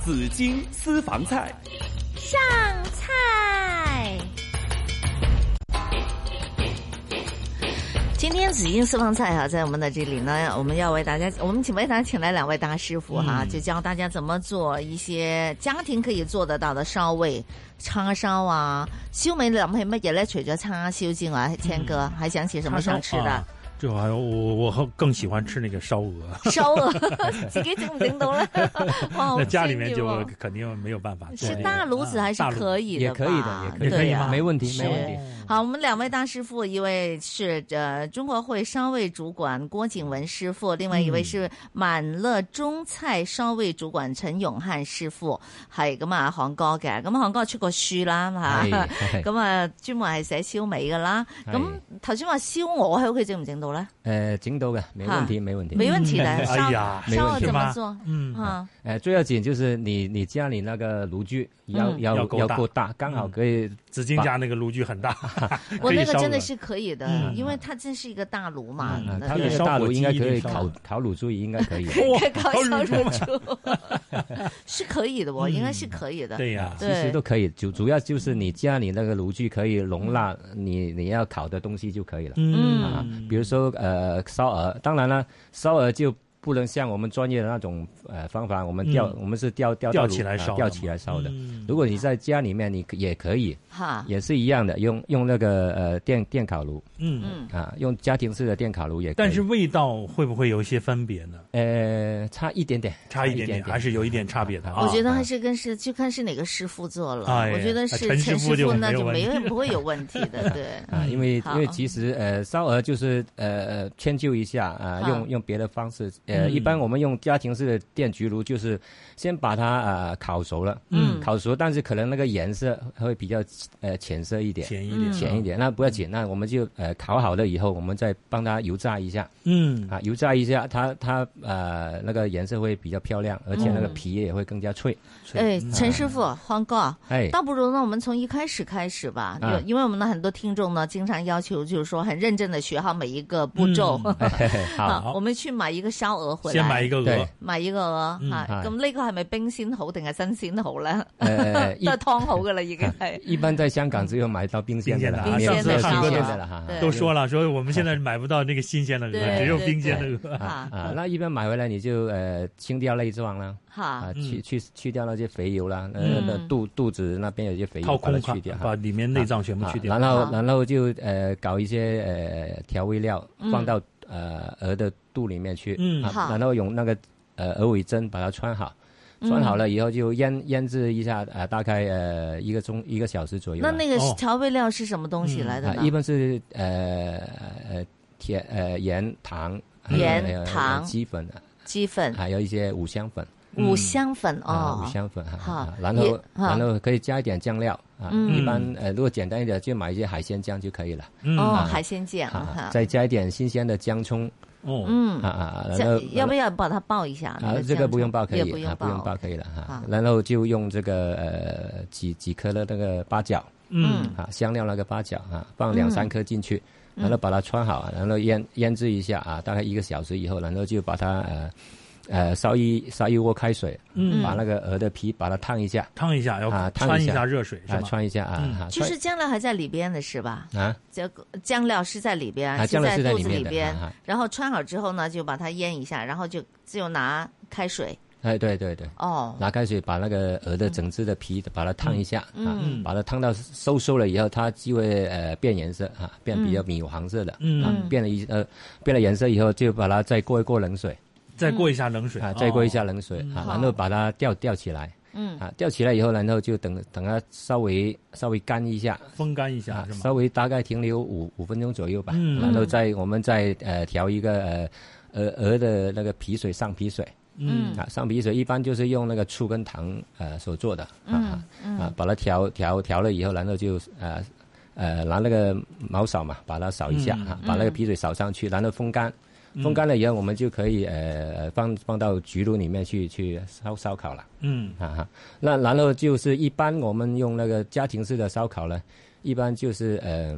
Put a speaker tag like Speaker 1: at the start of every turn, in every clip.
Speaker 1: 紫荆私房菜。
Speaker 2: 上菜。今天紫金私房菜啊，在我们的这里呢，我们要为大家，我们请为大家请来两位大师傅哈、就教大家怎么做一些家庭可以做得到的烧味、叉烧啊。烧味你谂起乜嘢咧？除咗叉烧之外，谦哥、还想起什么想吃的
Speaker 3: 啊？这玩意儿我我更喜欢吃那个烧鹅，
Speaker 2: 烧鹅， 自己整唔整到咧？哇，好
Speaker 3: 那家里
Speaker 2: 幸
Speaker 3: 面
Speaker 2: 运
Speaker 3: 就
Speaker 2: 哦
Speaker 3: 肯定没有办法做
Speaker 2: 是
Speaker 3: 那个。
Speaker 2: 大炉子还是
Speaker 3: 大炉
Speaker 2: 可以的
Speaker 4: 也
Speaker 2: 吧？
Speaker 4: 可以的，也可以的，
Speaker 2: 对呀、
Speaker 4: 没问题，
Speaker 2: 是
Speaker 4: 没问题。
Speaker 2: 好，我们两位大师傅，一位是呃中国会烧味主管郭景文师傅，另外一位是满乐中菜烧味主管陈永汉师傅，係咁啊，韓哥嘅，咁韓哥出過書啦
Speaker 4: 係
Speaker 2: 吓，
Speaker 4: 係
Speaker 2: 啊咁啊專門係寫燒味噶啦，
Speaker 4: 哎
Speaker 2: 咁頭先話燒鵝喺屋企整唔整到咧？
Speaker 4: 诶，呃整到嘅，没问题，没问题。
Speaker 2: 沒問題的，
Speaker 3: 哎
Speaker 2: 燒
Speaker 3: 呀
Speaker 4: 沒
Speaker 2: 燒
Speaker 4: 問
Speaker 2: 鵝
Speaker 4: 題
Speaker 2: 怎麼
Speaker 3: 吧
Speaker 2: 做？
Speaker 3: 嗯
Speaker 2: 啊，
Speaker 4: 诶，呃最要紧就是你你家里那个炉具要
Speaker 2: 嗯
Speaker 4: 要
Speaker 3: 要够
Speaker 4: 要
Speaker 3: 大嗯
Speaker 4: 够大，刚好可以。
Speaker 3: 紫金家那个炉具很
Speaker 2: 嗯
Speaker 3: 大，
Speaker 2: 我
Speaker 3: 可以
Speaker 2: 那个
Speaker 3: 嗯烧
Speaker 2: 真的
Speaker 3: 鵝
Speaker 2: 是可以的，因为它真是一个大爐嘛
Speaker 4: 嗯，
Speaker 2: 那
Speaker 4: 它
Speaker 3: 可以
Speaker 4: 那个
Speaker 3: 烧
Speaker 4: 大
Speaker 3: 火
Speaker 4: 炉
Speaker 3: 鸡
Speaker 4: 应该可
Speaker 3: 那
Speaker 4: 以
Speaker 3: 烧
Speaker 4: 烤烤乳猪，应该可以。
Speaker 2: 可以搞
Speaker 3: 烤
Speaker 2: 小
Speaker 3: 乳
Speaker 2: 乳猪， 是可以的哦，应该是可以的。
Speaker 3: 对呀，
Speaker 4: 其实
Speaker 2: 对
Speaker 4: 都可以，主主要就是你家里那个炉具可以容纳你你要烤的东西就可以了。
Speaker 2: 嗯
Speaker 4: 啊，比如说呃烧鹅，当然了，烧鹅就不能像我们专业的那种呃方法，我们吊、
Speaker 3: 嗯
Speaker 4: 我们是吊吊
Speaker 3: 吊
Speaker 4: 到炉
Speaker 3: 起来
Speaker 4: 啊
Speaker 3: 烧的
Speaker 4: 吊
Speaker 3: 嘛
Speaker 4: 起来烧的。
Speaker 3: 嗯
Speaker 4: 如果你在家里面，你可也可以，
Speaker 2: 哈，
Speaker 4: 也是一样的，用用那个呃电电烤炉
Speaker 3: 嗯，
Speaker 2: 嗯，
Speaker 4: 啊，用家庭式的电烤炉也可以。
Speaker 3: 但是味道会不会有一些分别呢？
Speaker 4: 呃差一点点，
Speaker 3: 差一点点，还是有一点差别的啊。
Speaker 2: 我觉得还是跟是就看是哪个师傅做了，
Speaker 3: 哎
Speaker 2: 我觉得是
Speaker 3: 陈
Speaker 2: 陈
Speaker 3: 师
Speaker 2: 师
Speaker 3: 傅就
Speaker 2: 傅那
Speaker 3: 没有
Speaker 2: 就
Speaker 3: 问
Speaker 2: 没
Speaker 3: 题
Speaker 2: 问不会有问题 的，对。
Speaker 3: 嗯
Speaker 4: 啊，因为
Speaker 2: 好
Speaker 4: 因为其实呃，烧鹅就是呃呃迁就一下啊、
Speaker 2: 好
Speaker 4: 用用别的方式呃，
Speaker 3: 嗯
Speaker 4: 一般我们用家庭式的电焗炉，就是先把它呃烤熟了，
Speaker 2: 嗯
Speaker 4: 烤熟，但是可能那个颜色会比较呃浅色一点，
Speaker 3: 浅嗯一点，
Speaker 4: 浅一点，那不要紧，那我们就呃烤好了以后，我们再帮它油炸一下
Speaker 3: 嗯
Speaker 4: 啊，油炸一下，它它呃那个颜色会比较漂亮，而且那
Speaker 2: 嗯
Speaker 4: 个皮也会更加脆，
Speaker 2: 哎，
Speaker 3: 嗯
Speaker 2: 陈师傅，黄哥，
Speaker 4: 哎，
Speaker 2: 倒不如呢，我们从一开始开始吧，
Speaker 3: 嗯
Speaker 4: 啊
Speaker 2: 因因为我们的很多听众呢，经常要求就是说很认真的学好每一个步骤。
Speaker 4: 哎嘿嘿好。
Speaker 2: 啊，我们去买一个烧鹅回来，
Speaker 3: 嗯先买一个嗯鹅
Speaker 4: 对，
Speaker 2: 买一個啊嚇，
Speaker 4: 係
Speaker 2: 咁呢個係咪冰鮮好定係新鮮好咧？
Speaker 4: 呃一
Speaker 2: 都係湯好噶啦，已經係。
Speaker 4: 一般在香港只有买到冰鲜的了，
Speaker 3: 冰
Speaker 2: 鲜的
Speaker 4: 没有没有
Speaker 2: 上
Speaker 4: 新
Speaker 2: 次
Speaker 4: 鲜
Speaker 2: 上
Speaker 4: 的了哈
Speaker 2: 对。
Speaker 3: 都说了，说我们现在买不到那个新鲜的鹅，
Speaker 2: 对
Speaker 3: 只有冰鲜的鹅。
Speaker 2: 啊
Speaker 4: 啊，那一般买回来你就呃清掉内脏啦，
Speaker 2: 吓
Speaker 4: 啊，
Speaker 3: 嗯
Speaker 4: 去去去掉那些肥油啦，呃
Speaker 2: 嗯
Speaker 4: 那肚肚子那边有些肥
Speaker 3: 掏
Speaker 4: 油把
Speaker 3: 空
Speaker 4: 它
Speaker 3: 它
Speaker 4: 去掉，，
Speaker 3: 把
Speaker 4: 哈
Speaker 3: 里面内脏全部
Speaker 4: 啊
Speaker 3: 去掉
Speaker 4: 然。后
Speaker 2: 好
Speaker 4: 然后就呃搞一些呃调味料
Speaker 2: 嗯
Speaker 4: 放到呃鹅的肚里面去，
Speaker 3: 嗯
Speaker 4: 啊
Speaker 2: 好
Speaker 4: 然后用那个呃鹅尾针把它穿好。
Speaker 2: 嗯
Speaker 4: 穿好了以后就腌腌制一下，呃，大概呃一个钟一个小时左右
Speaker 2: 那
Speaker 4: 吧。
Speaker 2: 那个
Speaker 3: 哦嗯
Speaker 2: 调味料是什么东西来的
Speaker 4: 啊，
Speaker 2: 呢？
Speaker 4: 一般是呃呃甜呃盐糖，还有
Speaker 2: 盐
Speaker 4: 还有还有呃
Speaker 2: 糖
Speaker 4: 鸡粉，啊
Speaker 2: 鸡
Speaker 3: 啊
Speaker 2: 粉、
Speaker 4: 还有一些五香粉
Speaker 3: 嗯
Speaker 2: 五香粉
Speaker 4: 啊，
Speaker 2: 哦
Speaker 4: 五，香粉哈
Speaker 2: 好
Speaker 4: 啊，然
Speaker 2: 也
Speaker 4: 后
Speaker 2: 啊
Speaker 4: 然后可以加一点酱料啊，
Speaker 2: 嗯
Speaker 4: 一般呃如果简单一点就买一些海鲜酱就可以了
Speaker 3: 嗯
Speaker 2: 哦，
Speaker 4: 啊
Speaker 2: 海鲜酱
Speaker 4: 啊
Speaker 2: 哈，，
Speaker 4: 再加一点新鲜的姜葱
Speaker 3: 哦，
Speaker 2: 嗯
Speaker 4: 啊，啊，然
Speaker 2: 这
Speaker 4: 后
Speaker 2: 要不要把它爆一下？那
Speaker 4: 啊这个不用爆可
Speaker 2: 酱
Speaker 4: 以
Speaker 2: 也不
Speaker 4: 啊
Speaker 2: 用
Speaker 4: 不用
Speaker 2: 爆啊
Speaker 4: 爆。可以了哈
Speaker 2: 好，
Speaker 4: 然后就用这个呃几几颗的那个八角
Speaker 3: 嗯
Speaker 4: 啊香料那个八角啊放两
Speaker 2: 嗯
Speaker 4: 三颗进去。
Speaker 2: 嗯
Speaker 4: 然后把它穿好，啊然后腌腌制一下啊，大概一个小时以后，然后就把它呃呃烧一烧一锅开水，
Speaker 3: 嗯，
Speaker 4: 把那个鹅的皮把它烫一下
Speaker 3: 烫一下，要
Speaker 4: 啊烫一
Speaker 3: 穿
Speaker 4: 下
Speaker 3: 下热水是
Speaker 4: 啊，
Speaker 3: 吧？
Speaker 4: 穿一下啊，
Speaker 3: 嗯
Speaker 4: 啊
Speaker 2: 就是
Speaker 4: 穿
Speaker 2: 酱料还在里边的是吧？
Speaker 4: 啊
Speaker 2: 这个酱料是在里边，
Speaker 4: 啊，酱料
Speaker 2: 在
Speaker 4: 是在
Speaker 2: 肚
Speaker 4: 里
Speaker 2: 子
Speaker 4: 面
Speaker 2: 里边
Speaker 4: 的，啊，啊
Speaker 2: 然后穿好之后呢，就把它腌一下，然后就就拿开水
Speaker 4: 哎对对对，
Speaker 2: 哦，
Speaker 4: 拿开水把那个鹅的整只的皮把它烫一下啊
Speaker 2: 嗯，
Speaker 4: 把它烫到收缩了以后，它就会呃变颜色啊，变比较米黄色的。啊
Speaker 3: 嗯，
Speaker 4: 变了一呃，变了颜色以后，就把它再过一过冷水
Speaker 3: 再过一下冷水
Speaker 4: 啊，再过一下冷水啊，
Speaker 2: 好
Speaker 4: 然后把它吊吊起来，
Speaker 2: 嗯
Speaker 4: 啊，吊起来以后，然后就等等它稍微稍微干一下
Speaker 3: 哦风干一下
Speaker 4: 啊，
Speaker 3: 是吗？
Speaker 4: 稍微大概停留五五分钟左右吧，
Speaker 3: 嗯
Speaker 4: 然后再我们再呃调一个呃鹅鹅的那个皮水上皮水
Speaker 2: 嗯
Speaker 4: 啊，上皮水一般就是用那个醋跟糖呃所做的啊
Speaker 2: 嗯嗯
Speaker 4: 啊，把它调调调了以后，然后就呃。呃，拿那个毛扫嘛，把它扫一下、
Speaker 3: 嗯
Speaker 4: 啊，把那个皮水扫上去，然后风干，
Speaker 2: 嗯
Speaker 4: 风干了以后，我们就可以呃放放到焗炉里面去去烧烧烤了。
Speaker 3: 嗯
Speaker 4: 啊哈，那然后就是一般我们用那个家庭式的烧烤呢，一般就是呃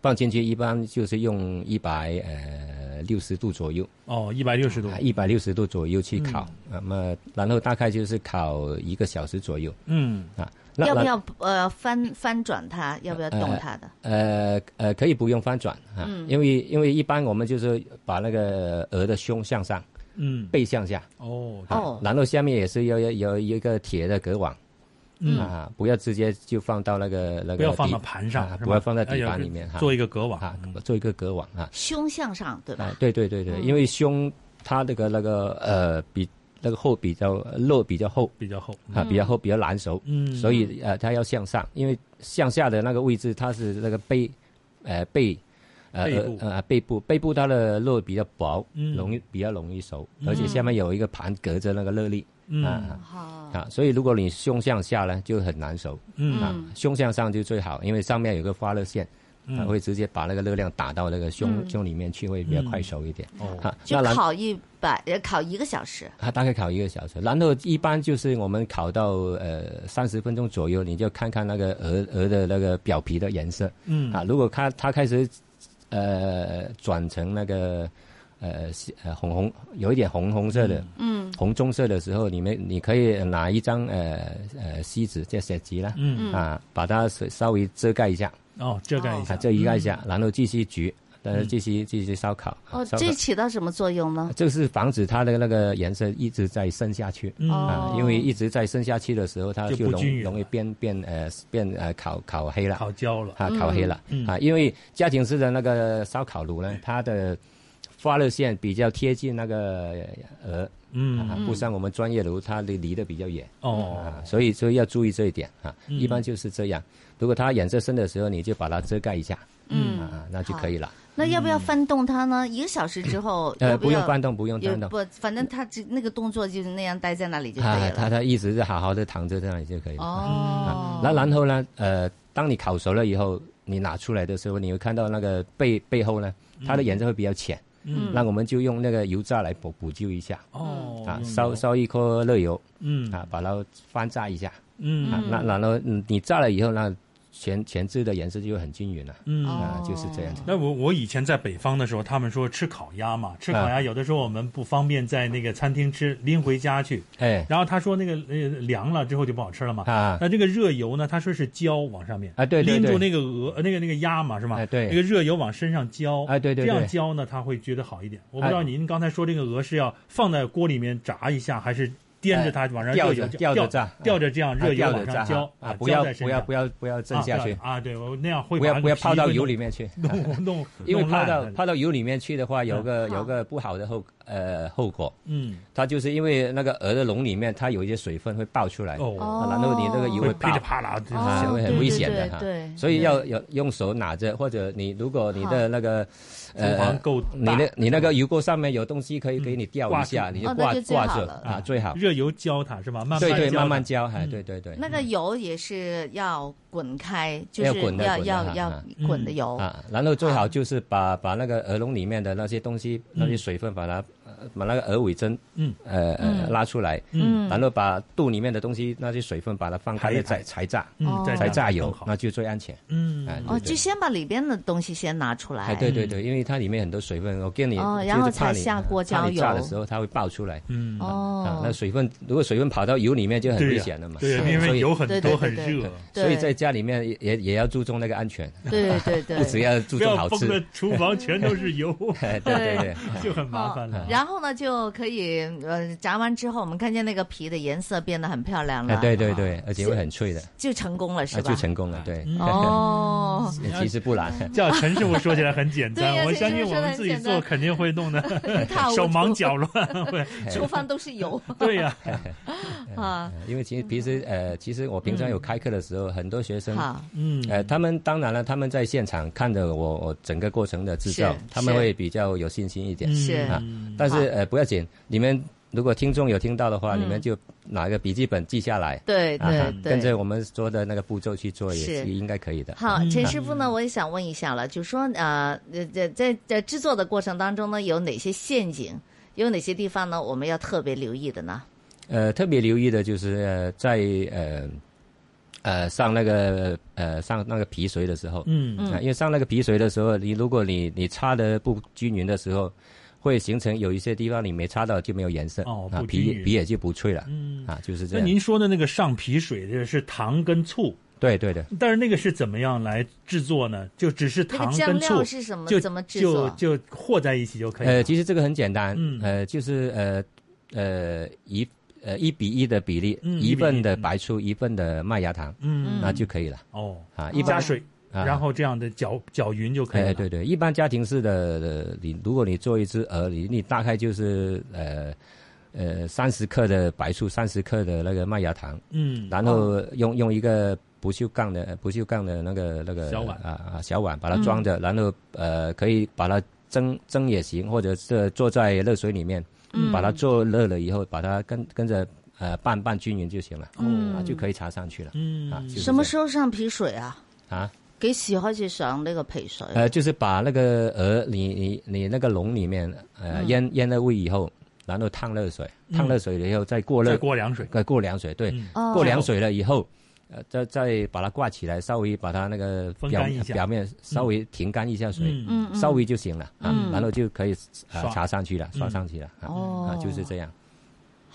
Speaker 4: 放进去，一般就是用一百呃呃六十度左右，啊
Speaker 3: 哦，一百六十度，
Speaker 4: 一百六十度左右去烤，
Speaker 2: 嗯
Speaker 4: 那么然后大概就是烤一个小时左右
Speaker 3: 嗯，
Speaker 4: 啊。那
Speaker 2: 要不
Speaker 4: 然
Speaker 2: 要呃翻翻转它？要不要动它的？
Speaker 4: 呃呃，可以不用翻转啊，因为因为一般我们就是把那个鹅的胸向上，
Speaker 3: 嗯，
Speaker 4: 背向下，
Speaker 3: 哦，
Speaker 4: 啊
Speaker 2: 哦
Speaker 4: 然后下面也是要要有一个铁的隔网，
Speaker 3: 嗯
Speaker 4: 啊，不要直接就放到那个那个
Speaker 3: 不要放
Speaker 4: 底
Speaker 3: 到盘上
Speaker 4: 啊，
Speaker 3: 是吧
Speaker 4: 不要放在底
Speaker 3: 哎呀
Speaker 4: 盘里面哈，
Speaker 3: 做一个隔网嗯
Speaker 4: 啊，做一个隔网啊，
Speaker 2: 胸向上，对吧？
Speaker 4: 啊，对对对对，因为胸它那个那个呃比那个厚比较肉比较厚
Speaker 3: 比较厚，
Speaker 4: 啊，比较厚比较难熟，
Speaker 3: 嗯，
Speaker 4: 所以呃它要向上，因为向下的那个位置它是那个背呃背。呃
Speaker 3: 背
Speaker 4: 呃
Speaker 3: 部
Speaker 4: 呃背部背部它的肉比较薄，
Speaker 3: 嗯
Speaker 4: 容易比较容易熟，而且下面有一个盘隔着那个热力
Speaker 3: 嗯
Speaker 2: 哦
Speaker 4: 啊
Speaker 2: 好，
Speaker 4: 啊，所以如果你胸向下呢就很难熟，
Speaker 3: 嗯
Speaker 4: 啊，胸向上就最好，因为上面有个发热线，它
Speaker 3: 嗯
Speaker 4: 会直接把那个热量打到那个胸胸里面去，会比较快熟一点。
Speaker 3: 哦，
Speaker 4: 啊，
Speaker 2: 就
Speaker 4: 那然
Speaker 2: 烤一百，呃烤一个小时。
Speaker 4: 它大概烤一个小时，然后一般就是我们烤到呃三十分钟左右，你就看看那个鹅鹅的那个表皮的颜色
Speaker 3: 嗯
Speaker 4: 啊，如果它它开始呃转成那个。呃，西呃，红红有一点红红色的，嗯，红棕色的时候，你们你可以拿一张呃呃锡纸，这写纸啦，
Speaker 3: 嗯
Speaker 4: 啊，把它稍稍微遮盖一下，
Speaker 3: 哦，嗯遮盖一
Speaker 4: 啊，
Speaker 3: 下，
Speaker 4: 这一盖一下，然后继续焗，呃，继续继续烧烤。
Speaker 2: 哦，
Speaker 4: 烧烤
Speaker 2: 这起到什么作用呢？
Speaker 4: 这是防止它的那个颜色一直在升下去
Speaker 2: 哦
Speaker 4: 啊，因为一直在升下去的时候，它
Speaker 3: 就
Speaker 4: 就
Speaker 3: 不均
Speaker 4: 容
Speaker 3: 匀
Speaker 4: 容易
Speaker 3: 了
Speaker 4: 变变呃变呃烤烤黑了，
Speaker 3: 烤嗯焦了，
Speaker 4: 啊烤黑了啊，因为家庭式的那个烧烤炉呢，它的发热线比较贴近那个呃
Speaker 3: 嗯，
Speaker 4: 啊，不像我们专业炉，它离离得比较远。
Speaker 3: 哦
Speaker 4: 啊，，所以所以要注意这一点啊，
Speaker 3: 嗯
Speaker 4: 一般就是这样。如果它颜色深的时候，你就把它遮盖一下，嗯啊，那就可以了。
Speaker 2: 那要不要翻动它呢？一个小时之后，
Speaker 4: 呃，
Speaker 2: 要
Speaker 4: 不
Speaker 2: 要
Speaker 4: 用翻动，不用
Speaker 2: 有
Speaker 4: 翻动，
Speaker 2: 不，反正它只那个动作就是那样待在那里就可以
Speaker 4: 啊，它
Speaker 2: 了。
Speaker 4: 它一直是好好的躺着这样就可以了。
Speaker 2: 哦，
Speaker 4: 那然后呢，呃，当你烤熟了以后，你拿出来的时候，你会看到那个背背后呢，它的颜色会比较浅。
Speaker 3: 嗯，
Speaker 4: 那我们就用那个油炸来补补救一下
Speaker 3: 哦，
Speaker 4: 啊，
Speaker 3: 用
Speaker 4: 烧
Speaker 3: 油，
Speaker 4: 烧一颗热油
Speaker 3: 嗯
Speaker 4: 啊，把它翻炸一下
Speaker 3: 嗯
Speaker 4: 啊，那然后嗯你炸了以后，那全全汁的颜色就会很均匀了。
Speaker 2: 哦
Speaker 3: 嗯。
Speaker 4: 啊，就是这样子。
Speaker 3: 那我我以前在北方的时候，他们说吃烤鸭嘛，吃烤鸭有的时候我们不方便在那个餐厅吃，拎回家去。
Speaker 4: 哎
Speaker 3: 然后他说那个呃凉了之后就不好吃了嘛。
Speaker 4: 啊
Speaker 3: 那这个热油呢，他说是浇往上面
Speaker 4: 啊对对
Speaker 3: 拎住那
Speaker 4: 对
Speaker 3: 个鹅呃那个那个鸭嘛是吗？
Speaker 4: 哎对
Speaker 3: 那个热油往身上浇
Speaker 4: 哎对对
Speaker 3: 这样
Speaker 4: 对
Speaker 3: 浇呢，他会觉得好一点。我不知道
Speaker 4: 哎
Speaker 3: 您刚才说这个鹅是要放在锅里面炸一下，还是颠着它往上热
Speaker 4: 吊
Speaker 3: 油浇
Speaker 4: 着哎吊着炸
Speaker 3: 吊着这样热油
Speaker 4: 掉
Speaker 3: 往
Speaker 4: 的
Speaker 3: 上
Speaker 4: 炸
Speaker 3: 浇
Speaker 4: 啊，不要
Speaker 3: 浇在身
Speaker 4: 不要
Speaker 3: 上
Speaker 4: 不要不要
Speaker 3: 啊
Speaker 4: 震下去
Speaker 3: 不，要啊！对我那样会
Speaker 4: 不要
Speaker 3: 把
Speaker 4: 不要
Speaker 3: 那个
Speaker 4: 泡
Speaker 3: 皮
Speaker 4: 到
Speaker 3: 会
Speaker 4: 油
Speaker 3: 弄
Speaker 4: 里面去，
Speaker 3: 弄弄，
Speaker 4: 因为
Speaker 3: 弄
Speaker 4: 泡
Speaker 3: 烂
Speaker 4: 到
Speaker 3: 了
Speaker 4: 泡到油里面去的话，有个
Speaker 2: 好
Speaker 4: 有个不好的后呃后果，
Speaker 3: 嗯
Speaker 4: 它就是因为那个鹅的笼里面它有一些水分会爆出来，
Speaker 3: 哦，
Speaker 4: 啊然后你那个油
Speaker 3: 会噼
Speaker 4: 爆
Speaker 3: 里。啪啦的
Speaker 2: 哦
Speaker 4: 啊，
Speaker 3: 响
Speaker 4: 会
Speaker 2: 对
Speaker 4: 很危险的
Speaker 2: 对
Speaker 4: 哈
Speaker 2: 对，对
Speaker 4: 所以要有用手拿着，或者你如果你的那个
Speaker 3: 厨
Speaker 4: 呃
Speaker 3: 房，够大，
Speaker 4: 你那你那个油锅上面有东西可以给你吊一
Speaker 3: 挂
Speaker 4: 下，
Speaker 3: 住
Speaker 4: 你就
Speaker 2: 哦
Speaker 4: 挂
Speaker 2: 那就最
Speaker 4: 挂
Speaker 2: 好
Speaker 4: 着
Speaker 2: 了
Speaker 4: 啊，最好
Speaker 3: 热油浇它是吧？慢慢
Speaker 4: 对对
Speaker 3: 浇
Speaker 4: 慢慢
Speaker 3: 它
Speaker 4: 浇，
Speaker 2: 嗯
Speaker 4: 哎对对对，
Speaker 2: 那个油也是要滚开，就
Speaker 4: 要
Speaker 2: 是
Speaker 4: 滚的
Speaker 2: 要
Speaker 4: 滚
Speaker 2: 要
Speaker 4: 的哈
Speaker 2: 要
Speaker 4: 啊
Speaker 2: 滚的油。
Speaker 4: 啊，然后最好就是把把那个鹅笼里面的那些东西、那些水分，把它呃把那个鹅尾针，
Speaker 3: 嗯，
Speaker 4: 呃呃拉出来，
Speaker 2: 嗯
Speaker 4: 然后把肚里面的东西那些水分把它放
Speaker 3: 排一排
Speaker 4: 开，再才炸，
Speaker 3: 嗯，再
Speaker 2: 哦
Speaker 4: 才
Speaker 3: 炸
Speaker 4: 炸油，
Speaker 3: 好
Speaker 4: 那就最安全。
Speaker 3: 嗯
Speaker 4: 哎
Speaker 2: 哦，
Speaker 4: 对对
Speaker 2: 就先把里边的东西先拿出来。
Speaker 4: 哎，对对对，因为它里面很多水分，我跟你
Speaker 2: 哦
Speaker 4: 就是
Speaker 2: 然后
Speaker 4: 怕
Speaker 2: 才
Speaker 4: 你
Speaker 2: 下锅
Speaker 4: 怕你
Speaker 2: 浇
Speaker 4: 炸
Speaker 2: 油
Speaker 4: 的时候它会爆出来。
Speaker 3: 嗯
Speaker 4: 啊
Speaker 2: 哦，，
Speaker 4: 那水分如果水分跑到油里面就很
Speaker 3: 对
Speaker 4: 危
Speaker 3: 呀
Speaker 4: 险了嘛，
Speaker 3: 对呀，
Speaker 4: 是
Speaker 3: 因
Speaker 4: 所
Speaker 3: 为
Speaker 4: 以
Speaker 3: 油很
Speaker 2: 对对
Speaker 3: 多很
Speaker 2: 对对
Speaker 3: 热，
Speaker 4: 所以
Speaker 2: 对
Speaker 4: 在家里面也也也要注重那个安全，
Speaker 2: 对对对
Speaker 4: 不只要注
Speaker 3: 不
Speaker 4: 重
Speaker 3: 要
Speaker 4: 好
Speaker 3: 崩
Speaker 4: 吃
Speaker 3: 的，厨房全都是油，
Speaker 4: 哎 对对对。
Speaker 3: 就很麻烦了。
Speaker 2: 哦然后呢，就可以呃炸完之后，我们看见那个皮的颜色变得很漂亮
Speaker 4: 哎
Speaker 2: 了，，
Speaker 4: 对对对，而且会很脆的，
Speaker 2: 就成功了是
Speaker 4: 啊，
Speaker 2: 吧哎嗯
Speaker 4: 就？成功了，对。
Speaker 2: 哦，
Speaker 4: 其实不难，
Speaker 3: 叫陈师傅说起来很简单
Speaker 2: 对，呀
Speaker 3: 我
Speaker 2: 陈师
Speaker 3: 相信
Speaker 2: 傅说
Speaker 3: 我
Speaker 2: 得
Speaker 3: 们
Speaker 2: 很
Speaker 3: 自己
Speaker 2: 简
Speaker 3: 做
Speaker 2: 单
Speaker 3: 肯定会弄的
Speaker 2: 塌糊
Speaker 3: 手忙
Speaker 2: 涂
Speaker 3: 脚乱，会
Speaker 4: 哎
Speaker 2: 厨房都是 油
Speaker 3: 对呀，
Speaker 2: 啊，
Speaker 4: 因为其实平时呃，其实我平常有开课的时候，很多学生，
Speaker 2: 好，
Speaker 3: 嗯
Speaker 4: 呃，他们当然了，他们在现场看着我我整个过程的制造
Speaker 2: 是，
Speaker 4: 他们
Speaker 2: 是
Speaker 4: 会比较有信心一点。
Speaker 2: 是
Speaker 4: 啊
Speaker 3: 嗯
Speaker 4: 但是
Speaker 2: 好嗯
Speaker 4: 呃，不要紧，你们如果听众有听到的话，你们就拿个笔记本记下来，
Speaker 2: 对
Speaker 4: 啊
Speaker 2: 对对，
Speaker 4: 跟着我们说的那个步骤去做，也
Speaker 2: 是
Speaker 4: 是应该可以的。
Speaker 2: 好，陈师傅呢，我也想问一下了，就说呃，这这在在制作的过程当中呢，有哪些陷阱？有哪些地方呢？我们要特别留意的呢？
Speaker 4: 呃，特别留意的就是呃，在呃呃上那个呃上那个皮水的时候，
Speaker 3: 嗯
Speaker 4: 啊，因为上那个皮水的时候，你如果你你擦的不均匀的时候，会形成有一些地方你没擦到就没有颜色，
Speaker 3: 哦
Speaker 4: 啊
Speaker 3: 不均
Speaker 4: 皮
Speaker 3: 匀
Speaker 4: 皮也就不脆了，
Speaker 3: 嗯。
Speaker 4: 啊，就是这
Speaker 3: 那
Speaker 4: 样。
Speaker 3: 您说的那个上皮水的是糖跟醋，
Speaker 4: 对对的，
Speaker 3: 但是那个是怎么样来制作呢？就只是
Speaker 2: 那个
Speaker 3: 糖
Speaker 2: 酱
Speaker 3: 跟醋
Speaker 2: 料是什么
Speaker 3: 就？
Speaker 2: 怎么制
Speaker 3: 就
Speaker 2: 作？啊
Speaker 3: 就和在一起就可以了。
Speaker 4: 呃，其实这个很简单，
Speaker 3: 嗯
Speaker 4: 呃，就是呃呃一呃一比一的比例，
Speaker 3: 嗯
Speaker 4: 一份的
Speaker 3: 1:1
Speaker 4: 白醋，一份的麦芽糖，
Speaker 3: 嗯
Speaker 4: 那就可以了
Speaker 3: 哦，
Speaker 4: 啊。
Speaker 2: 一
Speaker 4: 一
Speaker 2: 般
Speaker 3: 加
Speaker 4: 般
Speaker 3: 水，
Speaker 4: 啊
Speaker 3: 然后这样的搅搅匀就可以
Speaker 4: 哎，
Speaker 3: 了。
Speaker 4: 对对，一般家庭式的，呃你如果你做一只鹅，你你大概就是呃呃三十克的白醋，三十克的那个麦芽糖，
Speaker 3: 嗯，
Speaker 4: 然后用用一个不锈钢的呃不锈钢的那个那个
Speaker 3: 小碗
Speaker 4: 啊啊小碗把它装着，然后呃可以把它蒸蒸也行，或者是做在热水里面，
Speaker 2: 嗯
Speaker 4: 把它做热了以后，把它跟跟着呃拌拌均匀就行了，啊就可以搽上去了
Speaker 3: 嗯
Speaker 4: 啊。就是
Speaker 2: 什么
Speaker 4: 这
Speaker 2: 时候上皮水啊？
Speaker 4: 样啊？
Speaker 2: 幾時開始上呢個皮水？啊
Speaker 4: 呃，就是把那个鹅，你你你那个笼里面，呃，腌腌了味以后，然后烫热水，烫热水了以后再过
Speaker 3: 再
Speaker 4: 热，
Speaker 3: 过凉水。
Speaker 4: 再过凉水，对，
Speaker 3: 嗯
Speaker 2: 哦
Speaker 4: 过凉水了以后，呃，再再把它挂起来，稍微把它那个
Speaker 3: 风
Speaker 4: 表
Speaker 3: 干一下
Speaker 4: 表面稍微停干一下水，
Speaker 3: 嗯，
Speaker 2: 嗯嗯
Speaker 4: 稍微就行了啊，
Speaker 2: 嗯
Speaker 4: 然后就可以呃
Speaker 3: 刷
Speaker 4: 插上去了，刷
Speaker 3: 嗯
Speaker 4: 上去了啊，
Speaker 2: 哦
Speaker 4: 啊，就是这样。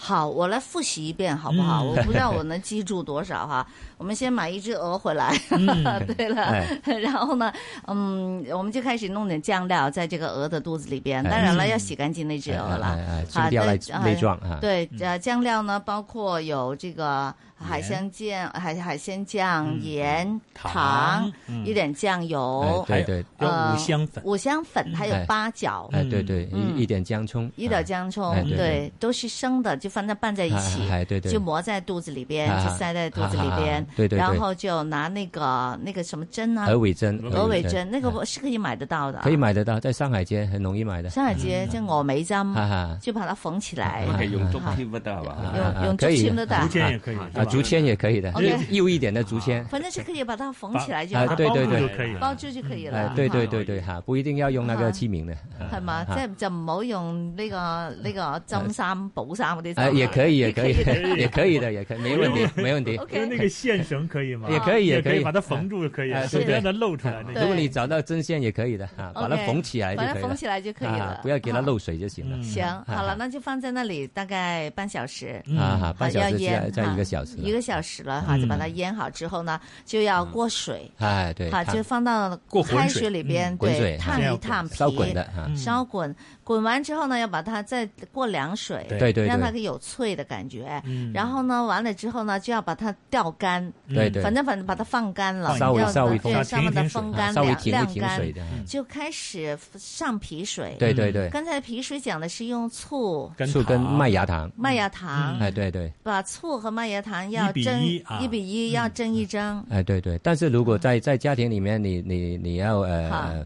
Speaker 2: 好，我来复习一遍好不好？
Speaker 3: 嗯
Speaker 2: 我不知道我能记住多少 哈。我们先买一只鹅回来， 对了，
Speaker 4: 嗯哎
Speaker 2: 然后呢，嗯，我们就开始弄点酱料在这个鹅的肚子里边。
Speaker 4: 哎
Speaker 2: 当然了，要洗干净那只
Speaker 4: 哎
Speaker 2: 鹅
Speaker 4: 哎
Speaker 2: 哦了。
Speaker 4: 哎哎，去
Speaker 2: 好
Speaker 4: 掉
Speaker 2: 那
Speaker 4: 内
Speaker 2: 哎
Speaker 4: 内脏啊，
Speaker 2: 对，呃，酱料呢，包括有这个海鲜酱、海海鲜酱、
Speaker 3: 嗯
Speaker 2: 盐、
Speaker 3: 糖
Speaker 2: 糖、
Speaker 3: 嗯
Speaker 2: 一点酱油、
Speaker 4: 哎对对，
Speaker 3: 要
Speaker 2: 呃
Speaker 3: 五香粉。
Speaker 2: 五香粉，还有
Speaker 4: 哎
Speaker 2: 八角、
Speaker 4: 哎对对，
Speaker 2: 嗯
Speaker 4: 一一点姜葱，
Speaker 2: 一点
Speaker 4: 啊
Speaker 2: 姜葱
Speaker 4: 哎，对
Speaker 2: 对，都是生的，就放在拌在一起
Speaker 4: 哎哎哎，对对
Speaker 2: 就磨在肚子里边，
Speaker 4: 啊
Speaker 2: 就塞在肚子里
Speaker 4: 啊
Speaker 2: 边
Speaker 4: 啊啊，对对对
Speaker 2: 然后就拿那个那个什么针啊
Speaker 4: 鹅，尾针，哎
Speaker 2: 鹅尾针，那个我是可以买得到的啊，
Speaker 4: 可以买得到，在上海街很容易买的。
Speaker 2: 上海街叫峨眉针，
Speaker 4: 哈哈，
Speaker 2: 就把它缝起来，
Speaker 3: 哎
Speaker 4: 哎
Speaker 1: 都可以用竹签不得系嘛？
Speaker 4: 啊
Speaker 2: 用用竹
Speaker 4: 可以
Speaker 2: 签都
Speaker 3: 竹
Speaker 2: 得，
Speaker 3: 签也可以是吧
Speaker 4: 啊，竹签也可以的
Speaker 2: OK，
Speaker 4: 幼一点的竹签，
Speaker 2: 反正是可以把它缝起来就
Speaker 3: 把
Speaker 4: 啊
Speaker 2: 好，
Speaker 4: 对对
Speaker 3: 包住
Speaker 4: 对
Speaker 3: 就可以了。
Speaker 2: 包住就可以
Speaker 4: 哎
Speaker 2: 了，，
Speaker 4: 对对
Speaker 2: 哈。
Speaker 4: 对对哈，不一定要用那
Speaker 2: 啊
Speaker 4: 个器皿的，
Speaker 2: 系嘛，即系就唔好用呢个呢个针衫、补衫嗰啲
Speaker 4: 哎，
Speaker 2: 衫，
Speaker 4: 也可以，也可以
Speaker 2: 也可，
Speaker 4: 也可以的，也可以，没问题，没问题。
Speaker 2: OK
Speaker 3: 就是那个线绳可以吗？
Speaker 4: 也可以
Speaker 3: 也
Speaker 4: 也可以
Speaker 3: 把它缝住就可以
Speaker 4: 哎
Speaker 3: 了，
Speaker 4: 是
Speaker 3: 不让它露出来。那
Speaker 4: 如
Speaker 3: 个
Speaker 4: 果你找到针线也可以的啊，把它
Speaker 2: OK，
Speaker 4: 缝起来就
Speaker 2: 把它
Speaker 4: 可以
Speaker 2: 缝
Speaker 4: 了
Speaker 2: 起来就可以了
Speaker 4: 啊，不要给它
Speaker 2: 啊
Speaker 4: 漏水就行了。
Speaker 2: 行，好了，
Speaker 4: 啊
Speaker 2: 那就放在那里大概半小时。
Speaker 4: 啊，哈半小
Speaker 2: 嗯要
Speaker 4: 时
Speaker 2: 腌
Speaker 4: 再再
Speaker 2: 哈
Speaker 4: 一个小时了，
Speaker 2: 一个小时了哈，
Speaker 4: 嗯
Speaker 2: 就把它腌好之后呢，就要过水，
Speaker 4: 哎，对，
Speaker 2: 好，
Speaker 4: 它
Speaker 2: 就放到
Speaker 3: 过
Speaker 2: 开
Speaker 3: 浑水
Speaker 2: 水里边，
Speaker 4: 滚
Speaker 2: 对，
Speaker 4: 水
Speaker 2: 烫
Speaker 3: 先要
Speaker 2: 一
Speaker 3: 滚
Speaker 2: 烫皮，
Speaker 4: 烧滚的啊，
Speaker 2: 烧滚，滚完之后呢，要把它再过凉水，
Speaker 4: 对对
Speaker 2: 让它
Speaker 4: 对
Speaker 2: 有脆的感觉。
Speaker 3: 嗯
Speaker 2: 然后呢，完了之后呢，就要把它吊干，
Speaker 4: 对对，
Speaker 2: 反正反正把它放干了，
Speaker 3: 放
Speaker 4: 稍微
Speaker 2: 要
Speaker 4: 稍微
Speaker 2: 对
Speaker 4: 风
Speaker 3: 干
Speaker 2: 稍微
Speaker 3: 停一
Speaker 2: 的风干，
Speaker 3: 停水啊
Speaker 4: 稍微
Speaker 2: 晾
Speaker 4: 停一
Speaker 2: 晾
Speaker 4: 停水
Speaker 2: 干，嗯
Speaker 4: 的，
Speaker 2: 就开始上皮水。
Speaker 4: 对对对，
Speaker 2: 刚才皮水讲的是用醋、
Speaker 3: 跟
Speaker 4: 醋跟
Speaker 3: 糖
Speaker 4: 麦芽糖，
Speaker 2: 麦芽糖，
Speaker 4: 哎，对对。
Speaker 2: 把醋和麦芽糖要
Speaker 3: 1比
Speaker 2: 蒸
Speaker 3: 1啊
Speaker 2: 一比
Speaker 4: 嗯
Speaker 2: 一，要蒸一蒸。
Speaker 4: 哎，对对，但是如果在在家庭里面你，你你要
Speaker 2: 嗯好
Speaker 4: 呃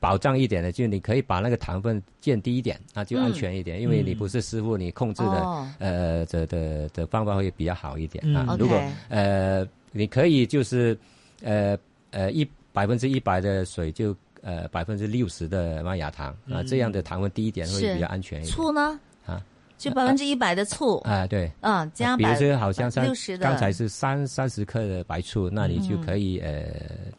Speaker 4: 保障一点的，就你可以把那个糖分降低一点，那就安全一点，因为你不是师傅，你控制的、
Speaker 2: 嗯哦
Speaker 4: 呃的的的方法会比较好一点、
Speaker 3: 嗯
Speaker 4: 啊。
Speaker 2: OK
Speaker 4: 如果呃你可以就是呃呃一百分之一百的水就呃百分之六十的麦芽糖啊，这样的糖分低一点
Speaker 2: 嗯是
Speaker 4: 会比较安全一点。
Speaker 2: 醋呢？
Speaker 4: 啊，
Speaker 2: 就百分之一百的醋，
Speaker 4: 啊，对。啊
Speaker 2: 嗯，加
Speaker 4: 比如
Speaker 2: 百
Speaker 4: 说，好像三
Speaker 2: 六十的，
Speaker 4: 刚才是三三十克的白醋，那你就可以、呃，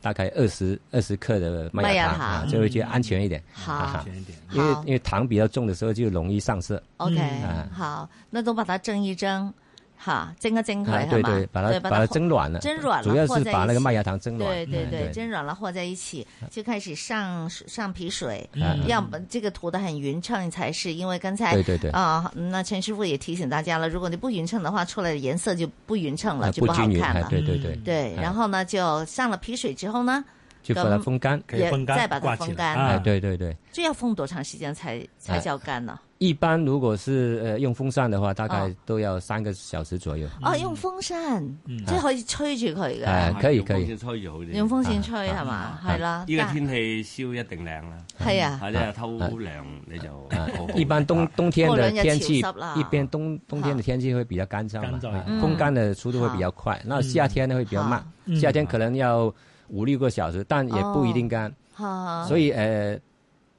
Speaker 4: 大概二十二十克的麦
Speaker 2: 嗯麦
Speaker 4: 芽
Speaker 2: 芽
Speaker 4: 糖啊
Speaker 2: 糖，
Speaker 4: 就会觉得安全一点。
Speaker 2: 好
Speaker 4: 哈哈
Speaker 3: 甜一点。
Speaker 4: 因为
Speaker 2: 好
Speaker 4: 因为糖比较重的时候就容易上色，
Speaker 2: OK，
Speaker 4: 啊
Speaker 2: 好，那都把它蒸一蒸，哈，蒸一蒸
Speaker 4: 啊
Speaker 2: 佢，係
Speaker 4: 对
Speaker 2: 嘛
Speaker 4: 对，把它
Speaker 2: 对，
Speaker 4: 把
Speaker 2: 它
Speaker 4: 它
Speaker 2: 和
Speaker 4: 蒸软了，
Speaker 2: 蒸软了
Speaker 4: 主要
Speaker 2: 和
Speaker 4: 是
Speaker 2: 在
Speaker 4: 把
Speaker 2: 一
Speaker 4: 那个
Speaker 2: 起
Speaker 4: 麦芽糖蒸软。
Speaker 2: 对对
Speaker 4: 嗯啊
Speaker 2: 对，蒸软了和在一起，就开始上上皮水，
Speaker 4: 嗯
Speaker 2: 要不这个涂的很匀称才是。因为刚才
Speaker 4: 哎对对对
Speaker 2: 啊、那陈师傅也提醒大家了，如果你不匀称的话，出来的颜色就不匀称了，
Speaker 4: 啊
Speaker 2: 就不好
Speaker 4: 均匀，
Speaker 2: 看
Speaker 4: 哎
Speaker 2: 了。嗯
Speaker 4: 对对对，
Speaker 2: 对然后呢，就上了皮水之后呢，
Speaker 4: 就把它风干。
Speaker 3: 可以风干，
Speaker 2: 也再把它
Speaker 3: 挂起来
Speaker 2: 风干
Speaker 4: 哎，
Speaker 3: 啊，
Speaker 4: 对对对，
Speaker 2: 这要封多长时间才才
Speaker 4: 哎
Speaker 2: 叫干呢？
Speaker 4: 一般如果是呃用风扇的话，大概
Speaker 2: 哦
Speaker 4: 都要三个小时左右。
Speaker 2: 哦，用風扇，即係可以吹住佢
Speaker 4: 嗯哎哎
Speaker 2: 嘅，
Speaker 1: 啊
Speaker 4: 可以可以
Speaker 1: 先吹住好啲。
Speaker 2: 用風扇吹係嘛？係啦，
Speaker 1: 依家
Speaker 2: 但
Speaker 1: 天氣燒一定靚啦，
Speaker 2: 係啊。
Speaker 4: 哎
Speaker 1: 或者係偷涼你就好好
Speaker 4: 啊
Speaker 1: 啊
Speaker 4: 一般冬冬天
Speaker 2: 过
Speaker 4: 的
Speaker 2: 两日
Speaker 4: 天
Speaker 2: 潮
Speaker 4: 气
Speaker 2: 湿啊嗯啦，
Speaker 4: 一边冬冬天的天气会比较干燥嘛
Speaker 3: 干燥，嗯
Speaker 4: 啊
Speaker 3: 一点
Speaker 4: 风干的速度会比较快。那夏天呢会比较慢，
Speaker 3: 嗯
Speaker 4: 夏
Speaker 2: 哦
Speaker 4: 天可能要五六个小时，但也不一定干。
Speaker 2: 哈，
Speaker 4: 所以呃，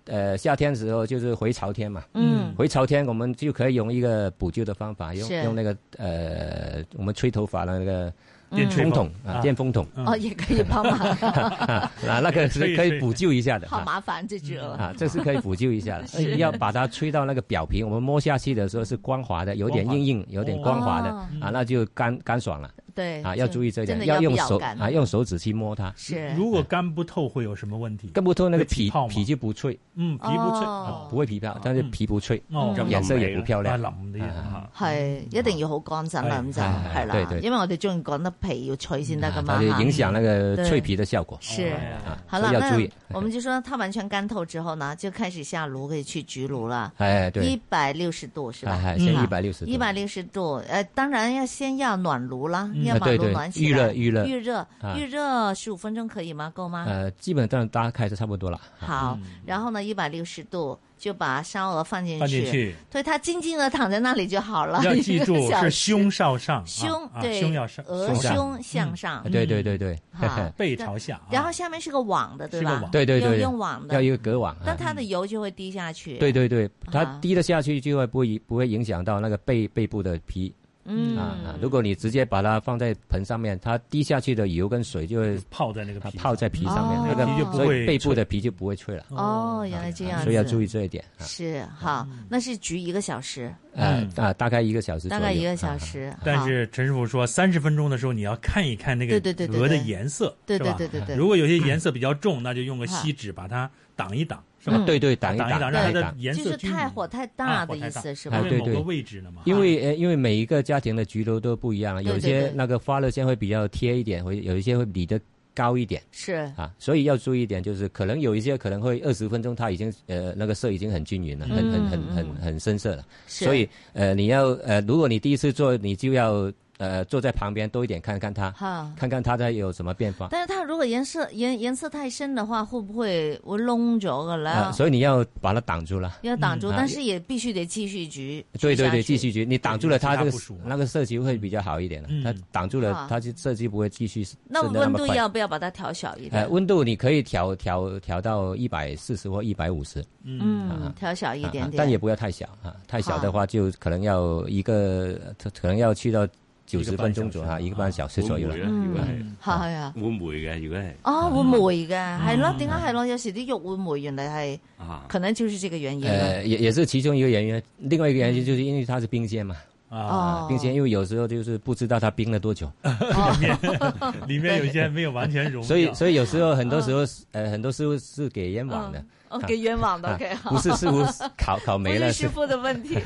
Speaker 4: 呃夏天时候就是回潮天嘛，
Speaker 2: 嗯
Speaker 4: 回潮天我们就可以用一个补救的方法，用
Speaker 2: 是
Speaker 4: 用那个呃我们吹头发的那个
Speaker 3: 电吹风
Speaker 4: 风筒啊
Speaker 3: 啊
Speaker 4: 电风筒
Speaker 2: 哦，也可以帮 忙，
Speaker 4: 啊那个是可以补救一下的
Speaker 2: 好
Speaker 4: 啊
Speaker 2: 麻烦这哦只鹅。
Speaker 4: 啊这是可以补救一下的，哎要把它吹到那个表皮，我们摸下去的时候是光滑的，有点
Speaker 3: 光滑
Speaker 4: 硬硬，有点
Speaker 3: 哦
Speaker 4: 光滑的
Speaker 2: 哦
Speaker 4: 啊那就干干爽了
Speaker 2: 对
Speaker 4: 啊要注意这
Speaker 2: 真
Speaker 4: 点
Speaker 2: 的，
Speaker 4: 用
Speaker 2: 不
Speaker 4: 手
Speaker 2: 干
Speaker 4: 啊用手指去摸它，
Speaker 2: 是
Speaker 3: 如果干不透会有什么问题？
Speaker 4: 根不透那个
Speaker 3: 会起
Speaker 4: 皮
Speaker 3: 泡吗嗯
Speaker 4: 皮就不脆，啊
Speaker 3: 嗯，皮不脆
Speaker 2: 哦
Speaker 4: 不会皮泡，但是皮不脆，
Speaker 3: 哦，
Speaker 2: 嗯
Speaker 4: 颜色也不漂
Speaker 3: 啊
Speaker 4: 亮。
Speaker 3: 淋啲啊，
Speaker 2: 系一定要好乾淨
Speaker 4: 哎
Speaker 2: 啦，咁就
Speaker 4: 係
Speaker 2: 係
Speaker 4: 對
Speaker 2: 啦
Speaker 4: 對，
Speaker 2: 因為我哋中意講得皮要脆先得噶嘛
Speaker 4: 啊它就
Speaker 2: 嚇
Speaker 4: 影响那个
Speaker 2: 对
Speaker 4: 脆皮的效果。
Speaker 2: 是
Speaker 3: 哦
Speaker 4: 啊，
Speaker 2: 好
Speaker 4: 所
Speaker 2: 了，
Speaker 4: 以要
Speaker 2: 那
Speaker 4: 注意。
Speaker 2: 我们就说它完全干透之后呢，就开始下炉，可以去焗炉了。
Speaker 4: 哎，
Speaker 2: 一
Speaker 4: 对，
Speaker 2: 百六十度是吧？
Speaker 4: 哎，先
Speaker 3: 嗯
Speaker 4: 一百六十度，
Speaker 2: 一百六十度，呃，当然要先要暖炉啦，
Speaker 3: 嗯
Speaker 2: 要
Speaker 4: 啊
Speaker 2: 把
Speaker 4: 对
Speaker 2: 炉
Speaker 4: 对
Speaker 2: 暖起
Speaker 4: 预
Speaker 2: 来。
Speaker 4: 热预热
Speaker 2: 预热，
Speaker 4: 啊
Speaker 2: 预热十五分钟可以吗？够吗？
Speaker 4: 呃，基本上大概是差不多了。
Speaker 2: 好，然后呢，一百六十度就把烧鹅放进
Speaker 3: 嗯放进
Speaker 2: 去，
Speaker 3: 去。
Speaker 2: 对，它静静的躺在那里就好 了。
Speaker 3: 要记
Speaker 2: 一
Speaker 3: 住
Speaker 2: 个 小
Speaker 3: 是嗯
Speaker 2: 时
Speaker 3: 胸朝上，啊
Speaker 2: 胸
Speaker 3: 啊
Speaker 2: 对，
Speaker 3: 胸要上，
Speaker 2: 鹅
Speaker 4: 上
Speaker 2: 胸向上
Speaker 4: 啊，对对对对，
Speaker 2: 嗯好
Speaker 3: 背朝下啊。
Speaker 2: 然后下面是个网的，对
Speaker 3: 是个
Speaker 2: 吧
Speaker 3: 网？
Speaker 4: 对对
Speaker 2: 用
Speaker 4: 对，
Speaker 2: 用网
Speaker 4: 要
Speaker 2: 的
Speaker 4: 一，个隔网。啊
Speaker 2: 但它的油就会滴下去。
Speaker 4: 对，对对，它
Speaker 2: 啊
Speaker 4: 滴的下去就会不会不会影响到那个背背部的皮
Speaker 2: 嗯
Speaker 4: 啊啊。如果你直接把它放在盆上面，它滴下去的油跟水就会
Speaker 3: 泡在那个
Speaker 4: 它
Speaker 3: 皮
Speaker 4: 泡在皮上面
Speaker 2: 哦，
Speaker 4: 那个
Speaker 2: 皮就不
Speaker 4: 所
Speaker 3: 会
Speaker 4: 以背部
Speaker 3: 脆
Speaker 4: 的皮就不会脆了，
Speaker 2: 哦，原来这样
Speaker 4: 啊
Speaker 2: 子，
Speaker 4: 所以要注意这一点啊。
Speaker 2: 是好，
Speaker 3: 嗯
Speaker 2: 那是焗一个小时，
Speaker 4: 呃啊，大概一个小时
Speaker 2: 嗯大
Speaker 4: 左右，
Speaker 2: 概一个小
Speaker 4: 啊。
Speaker 2: 时。好
Speaker 3: 但是陈师傅说，三十分钟的时候你要看一看那个
Speaker 2: 对对对对对
Speaker 3: 鹅的颜色，
Speaker 2: 对
Speaker 3: 是吧？
Speaker 2: 对对对对嗯啊
Speaker 3: 如果有些颜色比较重，那就用个锡纸把它挡一挡，是吧
Speaker 4: 啊？对对，挡一
Speaker 3: 挡
Speaker 4: 挡，
Speaker 3: 挡，
Speaker 4: 挡
Speaker 3: 让它
Speaker 4: 一
Speaker 3: 的
Speaker 4: 挡。
Speaker 3: 颜
Speaker 2: 嗯就
Speaker 3: 色
Speaker 2: 是
Speaker 3: 均
Speaker 2: 太
Speaker 3: 匀。
Speaker 2: 火太
Speaker 3: 啊
Speaker 2: 大
Speaker 3: 火
Speaker 2: 的
Speaker 3: 太
Speaker 2: 意
Speaker 3: 大
Speaker 2: 思是
Speaker 4: 啊
Speaker 2: 吧
Speaker 3: 因？
Speaker 4: 对
Speaker 3: 为某
Speaker 4: 对
Speaker 3: 个位置呢嘛。啊
Speaker 4: 因为呃，因为每一个家庭的焗炉都不一样，有
Speaker 2: 啊对对
Speaker 4: 些
Speaker 2: 对
Speaker 4: 那个发热线会比较贴一点，会有一些会离得高一点
Speaker 2: 是
Speaker 4: 啊，所以要注意一点，就是可能有一些可能会二十分钟，它已经呃那个色已经很均匀了，很很很很很深色了，
Speaker 2: 嗯是，
Speaker 4: 所以呃你要呃如果你第一次做，你就要呃坐在旁边多一点看看它，
Speaker 2: 哈。
Speaker 4: 看看它在有什么变化
Speaker 2: 但是它如果颜色颜颜色太深的话，会不会会窿咗噶
Speaker 4: 啊，
Speaker 2: 啦？
Speaker 4: 所以你要把它挡住了。
Speaker 2: 要挡住，
Speaker 4: 啊
Speaker 2: 但是也必须得继续焗。
Speaker 4: 对
Speaker 2: 焗
Speaker 4: 对
Speaker 2: 下
Speaker 4: 对，
Speaker 2: 去
Speaker 4: 继续局，你挡住了
Speaker 3: 其他
Speaker 4: 它这
Speaker 3: 不
Speaker 4: 个
Speaker 3: 熟啊
Speaker 4: 那个射击会比较好一点了
Speaker 3: 嗯。
Speaker 4: 它挡住了
Speaker 2: 好，
Speaker 4: 它就射击不会继续升
Speaker 2: 那
Speaker 4: 升得
Speaker 2: 温
Speaker 4: 么
Speaker 2: 度
Speaker 4: 快
Speaker 2: 要不要把它调小一
Speaker 4: 呃
Speaker 2: 点？
Speaker 4: 温度你可以调调调到一百四十或一百五十，
Speaker 2: 嗯，调小一
Speaker 4: 啊
Speaker 2: 点
Speaker 4: 啊
Speaker 2: 点，
Speaker 4: 但也不要太小啊，太小的话就可能要一个可可能要去到九十分钟左右啊，一
Speaker 3: 一
Speaker 4: 个
Speaker 3: 个
Speaker 4: 半
Speaker 3: 半
Speaker 4: 小时左右
Speaker 1: 會
Speaker 4: 了。
Speaker 2: 嗯
Speaker 1: 唔會咧
Speaker 2: 係啊。
Speaker 4: 嗯
Speaker 1: 如果係會霉嘅，如果係
Speaker 2: 哦，
Speaker 3: 嗯
Speaker 2: 會霉嘅，係咯，點解係咯？有時啲肉會霉，原來係
Speaker 1: 啊，
Speaker 2: 可能就是這個原因啦。
Speaker 4: 呃，也也是其中一个原因，另外一个原因就是因为它是冰鲜嘛，
Speaker 3: 啊，
Speaker 2: 哦，
Speaker 4: 冰鲜，因为有时候就是不知道它冰了多久，
Speaker 3: 里面有一些没有完全融掉，
Speaker 4: 所以所以有时候
Speaker 2: 嗯
Speaker 4: 很多时候是呃很多师傅是给冤枉的，
Speaker 2: 哦，给冤枉的
Speaker 4: 啊
Speaker 2: ，OK，好
Speaker 4: 不，是师傅烤烤没
Speaker 2: 不
Speaker 4: 了
Speaker 2: 是师
Speaker 4: 是
Speaker 2: 傅的问 题，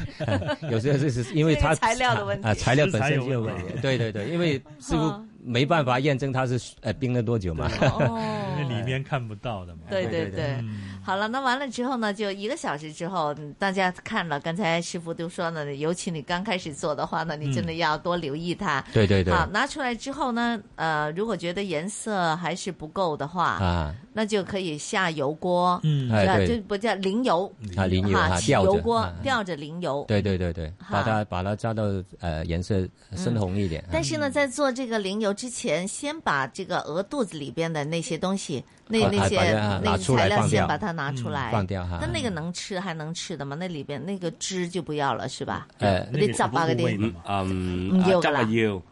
Speaker 4: 有时候就是因为
Speaker 2: 这个
Speaker 4: 它
Speaker 2: 材料的问题
Speaker 4: 啊，材料
Speaker 3: 食
Speaker 4: 本
Speaker 3: 材
Speaker 4: 身
Speaker 3: 有
Speaker 4: 就有
Speaker 3: 问
Speaker 4: 问
Speaker 3: 题
Speaker 4: 题。对对对，因为师
Speaker 2: 啊
Speaker 4: 傅没办法验证它是呃冰了多久嘛。
Speaker 2: 哦
Speaker 3: 因为里面看不到的嘛。嗯
Speaker 2: 对对
Speaker 4: 对对
Speaker 2: 对，好了，那完了之后呢，就一个小时之后，嗯大家看了，刚才师傅都说呢，尤其你刚开始做的话呢，你真的要多留意它。
Speaker 4: 对对嗯对
Speaker 2: 好，拿出来之后呢，呃，如果觉得颜色还是不够的话，
Speaker 4: 啊
Speaker 2: 那就可以下油锅，
Speaker 3: 嗯
Speaker 4: 哎
Speaker 2: 啊，
Speaker 4: 对
Speaker 2: 就不叫淋油，
Speaker 4: 啊，淋油
Speaker 2: 哈，
Speaker 4: 啊，
Speaker 2: 起
Speaker 4: 吊
Speaker 2: 油
Speaker 4: 着
Speaker 2: 锅
Speaker 4: 啊
Speaker 2: 吊着淋油。
Speaker 4: 对对对对，
Speaker 2: 哈
Speaker 4: 把它把它炸到呃颜色深红一点。
Speaker 2: 但是呢，在做这个淋油之前，先把这个鹅肚子里边的那些东西，那
Speaker 4: 啊
Speaker 2: 那些
Speaker 4: 把它
Speaker 2: 那
Speaker 4: 拿
Speaker 2: 些
Speaker 4: 出来
Speaker 2: 材料
Speaker 4: 放
Speaker 2: 先
Speaker 4: 掉嗯
Speaker 2: 把它拿出来，
Speaker 4: 放掉哈啊
Speaker 2: 那那个能吃还能吃的吗？那里边那个汁就不要了是吧？
Speaker 4: 呃
Speaker 2: 嗰啲汁啊嗰
Speaker 3: 那個
Speaker 2: 啲，
Speaker 1: 咁嗯，
Speaker 2: 唔
Speaker 1: 啊
Speaker 2: 要㗎
Speaker 1: 汁
Speaker 2: 啦
Speaker 1: 啊要，啊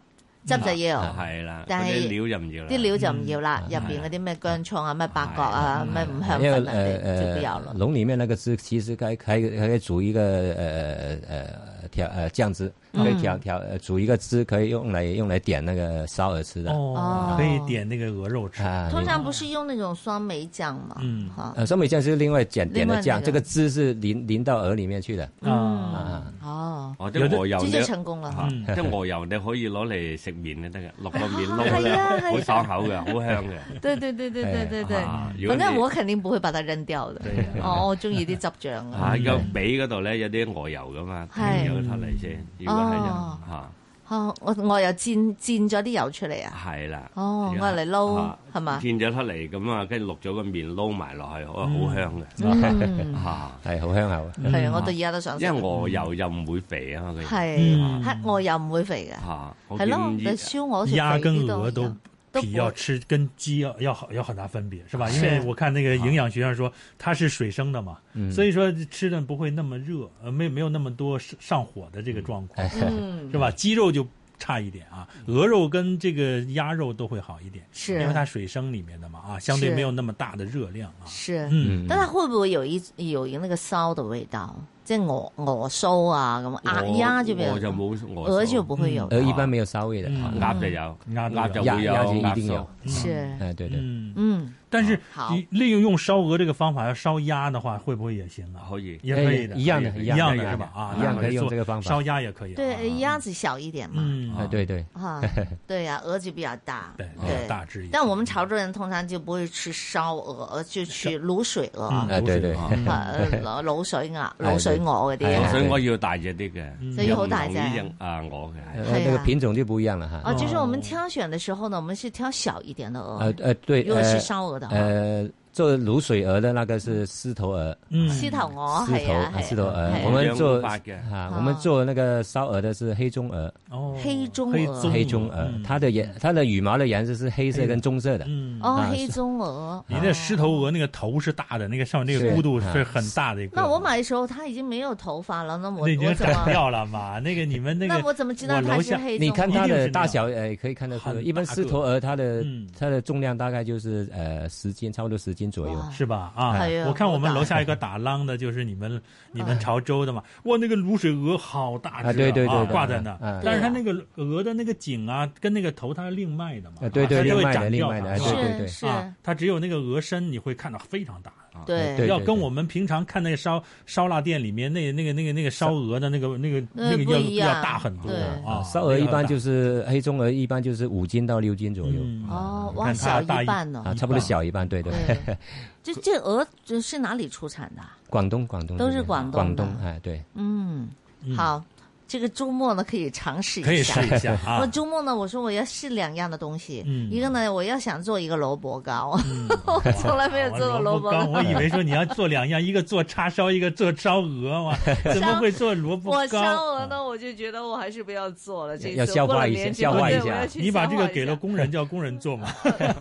Speaker 2: 汁
Speaker 4: 哎
Speaker 2: 就要。
Speaker 1: 係啦，嗰
Speaker 2: 但係
Speaker 1: 啲料就唔要啦，
Speaker 2: 啲料就唔要啦，
Speaker 4: 嗯
Speaker 2: 入邊嗰啲咩姜葱啊、咩八角啊、咩五香
Speaker 4: 哎因为
Speaker 2: 粉啊，
Speaker 4: 呃
Speaker 2: 就不要
Speaker 4: 呃
Speaker 2: 了。
Speaker 4: 笼里面那个汁，其实该还可以煮一个呃呃调呃酱汁，可以调调呃煮一个汁，可以用来用来点那个烧鹅吃的
Speaker 3: 哦
Speaker 2: 哦，
Speaker 3: 可以点那个鹅肉吃。
Speaker 4: 啊。
Speaker 2: 通常不是用那种酸梅酱嘛，
Speaker 3: 嗯
Speaker 2: 哈，
Speaker 4: 呃，酸梅酱是另外点
Speaker 2: 啊
Speaker 4: 点
Speaker 2: 另外
Speaker 4: 的
Speaker 2: 那
Speaker 4: 酱，
Speaker 2: 个
Speaker 4: 这个汁是淋淋到鹅里面去的。
Speaker 2: 嗯
Speaker 3: 啊，
Speaker 2: 哦，
Speaker 1: 哦，
Speaker 3: 有
Speaker 1: 啲
Speaker 3: 啲
Speaker 1: 鵝油
Speaker 2: 這
Speaker 1: 你
Speaker 2: 就成功了。
Speaker 1: 嚇
Speaker 4: 嗯
Speaker 1: 啲鵝油你可以攞嚟食面都得嘅，落個面撈
Speaker 2: 係
Speaker 1: 咧
Speaker 2: 啊係啊
Speaker 1: 好爽口嘅，好香嘅。
Speaker 2: 對對對對 對對對
Speaker 1: 啊，如果
Speaker 2: 反正
Speaker 1: 你
Speaker 2: 我肯定不會把它扔掉的。哦，我中意啲汁醬啊。
Speaker 1: 喺個尾嗰度咧有啲鵝油噶嘛，
Speaker 2: 係
Speaker 1: 有出嚟先。如果係
Speaker 2: 哦
Speaker 1: 就嚇
Speaker 2: 哦，我我又煎煎咗啲油出嚟啊！
Speaker 1: 係啦。
Speaker 2: 哦，
Speaker 3: 哎
Speaker 1: 如果
Speaker 2: 我嚟撈
Speaker 1: 啊
Speaker 2: 係嘛？
Speaker 1: 見咗出嚟咁啊，跟住落咗個面撈埋落去，好好香嘅
Speaker 2: 嗯，
Speaker 1: 嚇。
Speaker 4: 系好香口啊。
Speaker 2: 係啊，我到而家都想食。
Speaker 1: 因為鵝油又唔會肥啊嘛，佢
Speaker 2: 係
Speaker 3: 嗯
Speaker 2: 黑我又唔會肥嘅，
Speaker 1: 嚇。我
Speaker 2: 係咯，
Speaker 1: 建議
Speaker 2: 你燒鵝
Speaker 3: 嗯鸭
Speaker 2: 食
Speaker 3: 跟
Speaker 2: 肥啲
Speaker 3: 鹅都
Speaker 2: 都都
Speaker 3: 皮
Speaker 2: 不啊
Speaker 3: 要吃跟鸡要要好要很大分别，是吧？因为
Speaker 2: 是
Speaker 3: 我看那个营养学上说它是水生的嘛，
Speaker 4: 嗯
Speaker 3: 所以说吃的不会那么热，呃，没没有那么多上上火的这个状
Speaker 4: 哎
Speaker 3: 况，
Speaker 2: 嗯，
Speaker 3: 是吧？鸡肉就差一点啊，
Speaker 4: 嗯
Speaker 3: 鹅肉跟这个鸭肉都会好一点，
Speaker 2: 是
Speaker 3: 因为它水生里面的嘛啊，相对
Speaker 2: 是
Speaker 3: 没有那么大的热量啊。
Speaker 2: 是。
Speaker 3: 嗯，
Speaker 2: 但它會唔會有一有那個騷的味道？即係鵝鵝騷啊咁，鴨
Speaker 1: 我
Speaker 2: 鴨就
Speaker 1: 我
Speaker 2: 冇，
Speaker 1: 就冇我
Speaker 2: 鵝就不會有。
Speaker 4: 呃而一般没有骚味的，
Speaker 3: 嗯
Speaker 4: 啊
Speaker 1: 鴨就有，
Speaker 3: 鸭
Speaker 1: 鴨就
Speaker 3: 有
Speaker 1: 會有
Speaker 4: 鸭鸭就一
Speaker 1: 鴨
Speaker 4: 定有
Speaker 1: 手，
Speaker 2: 是，
Speaker 4: 哎，对对，
Speaker 3: 嗯，
Speaker 2: 嗯，
Speaker 3: 但
Speaker 4: 哦
Speaker 3: 是
Speaker 2: 好
Speaker 3: 你利用用烧鹅这个方法，要烧鸭的话，会不会也行啊？
Speaker 1: 可以。
Speaker 3: 也可以的，
Speaker 4: 哦一样的
Speaker 3: 一
Speaker 4: 哎一
Speaker 3: 样
Speaker 4: 样
Speaker 3: 的
Speaker 4: 的
Speaker 3: 是吧？啊，
Speaker 4: 一样
Speaker 3: 那
Speaker 4: 可以用
Speaker 3: 做
Speaker 4: 这个方法
Speaker 3: 烧鸭也可以啊。
Speaker 1: 哎
Speaker 2: 對，
Speaker 3: 啊，
Speaker 2: 鴨子小一點嘛，
Speaker 3: 嗯，
Speaker 4: 哎，对对，
Speaker 2: 啊，對呀，鵝就比較 大，
Speaker 3: 对，那个
Speaker 2: 对。
Speaker 3: 哎大致一点。
Speaker 2: 但我们潮州人通常就不会吃烧鹅，而就去滷水鵝，
Speaker 3: 嗯
Speaker 2: 啊
Speaker 4: 哎，对对，
Speaker 1: 嗯
Speaker 2: 滷滷水鴨、
Speaker 4: 哎
Speaker 2: 滷水
Speaker 4: 對
Speaker 2: 鵝嗰啲
Speaker 4: 係
Speaker 1: 所
Speaker 2: 啊。
Speaker 1: 以我要大隻啲嘅，
Speaker 2: 所以好大隻
Speaker 1: 又唔同呢只啊鵝嘅，
Speaker 4: 呃，那个品种就不一样了哈。
Speaker 2: 哦，就是我们挑选的时候呢，我们是挑小一點的
Speaker 4: 呃
Speaker 2: 鵝，
Speaker 4: 呃，对，
Speaker 2: 如果是
Speaker 4: 呃
Speaker 2: 燒鵝的啊話，
Speaker 4: 呃，做滷水鹅的那个是狮头鹅，
Speaker 3: 嗯，
Speaker 2: 獅頭鵝
Speaker 4: 狮
Speaker 2: 係
Speaker 4: 头
Speaker 2: 啊
Speaker 4: 啊，狮头
Speaker 2: 係啊
Speaker 4: 鹅
Speaker 2: 係啊。
Speaker 4: 我们做
Speaker 1: 養法嘅
Speaker 4: 啊
Speaker 2: 哦，
Speaker 4: 我们做那个烧鹅的是黑中鹅，
Speaker 3: 哦，
Speaker 2: 黑中
Speaker 3: 黑
Speaker 2: 鹅
Speaker 3: 棕
Speaker 4: 黑中鹅
Speaker 3: 嗯，
Speaker 4: 它的颜，它的羽毛的颜色是黑色跟棕色的。
Speaker 3: 嗯，
Speaker 2: 哦，
Speaker 4: 啊
Speaker 2: 黑
Speaker 4: 是
Speaker 2: 棕鹅，哦
Speaker 3: 你那狮头鹅那个头是大的，那个上面那个
Speaker 4: 是
Speaker 3: 弧度
Speaker 4: 啊
Speaker 3: 是很大的一个。
Speaker 2: 那我买的时候它已经没有头发了，那我
Speaker 3: 那已
Speaker 2: 我
Speaker 3: 经
Speaker 2: 怎
Speaker 3: 很
Speaker 2: 么？
Speaker 3: 掉 了嘛？那个你们那
Speaker 2: 那
Speaker 3: 个
Speaker 2: 我怎么知道
Speaker 3: 我
Speaker 2: 它
Speaker 3: 楼
Speaker 2: 是
Speaker 3: 下
Speaker 2: 黑棕？
Speaker 4: 你看
Speaker 3: 一
Speaker 4: 它
Speaker 3: 定是
Speaker 4: 的
Speaker 3: 那
Speaker 4: 大
Speaker 3: 样
Speaker 4: 小，呃，可以看得出来。
Speaker 3: 很
Speaker 4: 一般
Speaker 3: 大
Speaker 4: 狮
Speaker 3: 个
Speaker 4: 头鹅它的
Speaker 3: 嗯
Speaker 4: 它的重量大概就是呃十斤，差不多十斤左右
Speaker 2: 哇。
Speaker 3: 是吧？啊
Speaker 2: 哎呀，哎
Speaker 3: 我看我们
Speaker 2: 好大
Speaker 3: 楼下一个打浪的，就是你们你们潮州的嘛。哇，那个滷水鹅好大只
Speaker 4: 啊对对对
Speaker 3: 啊
Speaker 4: 对
Speaker 3: 挂在那
Speaker 4: 嗯。
Speaker 3: 但是它那个鹅的那个颈啊，跟那个头它是另卖的嘛。
Speaker 4: 呃，对对，
Speaker 3: 它就
Speaker 4: 另
Speaker 3: 会
Speaker 4: 外的
Speaker 3: 斩
Speaker 4: 另
Speaker 3: 掉
Speaker 4: 外的，
Speaker 3: 它
Speaker 4: 哎对
Speaker 2: 是
Speaker 4: 对对。
Speaker 2: 是
Speaker 3: 啊，它只有那个鹅身你会看到非常大。
Speaker 2: 对
Speaker 4: 对
Speaker 3: 要跟我们平常看那个烧烧腊店里面那那个那个那个烧鹅的那个那个
Speaker 2: 呃
Speaker 3: 那个
Speaker 2: 不
Speaker 3: 要
Speaker 2: 一样
Speaker 3: 要大很多
Speaker 2: 对
Speaker 3: 啊。
Speaker 4: 哦烧鹅一般就是黑中鹅一般就是五斤到六斤左右，
Speaker 3: 嗯
Speaker 2: 哦，
Speaker 3: 你
Speaker 2: 哇，
Speaker 3: 看
Speaker 2: 小
Speaker 3: 它
Speaker 2: 一
Speaker 3: 大一
Speaker 2: 半呢。
Speaker 4: 啊，差不多小一半，对对。
Speaker 2: 对，这这鹅这是哪里出产的啊？
Speaker 4: 广东广东
Speaker 2: 都
Speaker 4: 这
Speaker 2: 是
Speaker 4: 边
Speaker 2: 广东的
Speaker 4: 广东哎，对，
Speaker 2: 嗯，好，这个周末呢可以尝试
Speaker 3: 可以
Speaker 2: 一下
Speaker 3: 试。一 下
Speaker 2: 我
Speaker 3: 啊。
Speaker 2: 周末呢，我说我要试两样的东西，
Speaker 3: 嗯
Speaker 2: 一个呢，我要想做一个萝卜糕， 我从来没有做过萝卜
Speaker 3: 啊
Speaker 2: 糕。
Speaker 3: 糕，哦我以为说你要做两样，一个做叉烧，一个做烧鹅 嘛，怎么会做萝卜
Speaker 2: 我烧
Speaker 3: 糕？
Speaker 2: 鹅呢，我就觉得我还是不要做了。这
Speaker 4: 要
Speaker 2: 次
Speaker 4: 消
Speaker 2: 过
Speaker 4: 化
Speaker 2: 了
Speaker 4: 一
Speaker 2: 年
Speaker 4: 下
Speaker 2: 之
Speaker 4: 消
Speaker 2: 后
Speaker 4: 化一
Speaker 2: 对我
Speaker 4: 下
Speaker 2: 要去
Speaker 3: 你把
Speaker 2: 消
Speaker 3: 这
Speaker 2: 化
Speaker 3: 个
Speaker 2: 一
Speaker 3: 给
Speaker 2: 下
Speaker 3: 了工人，叫工人做嘛。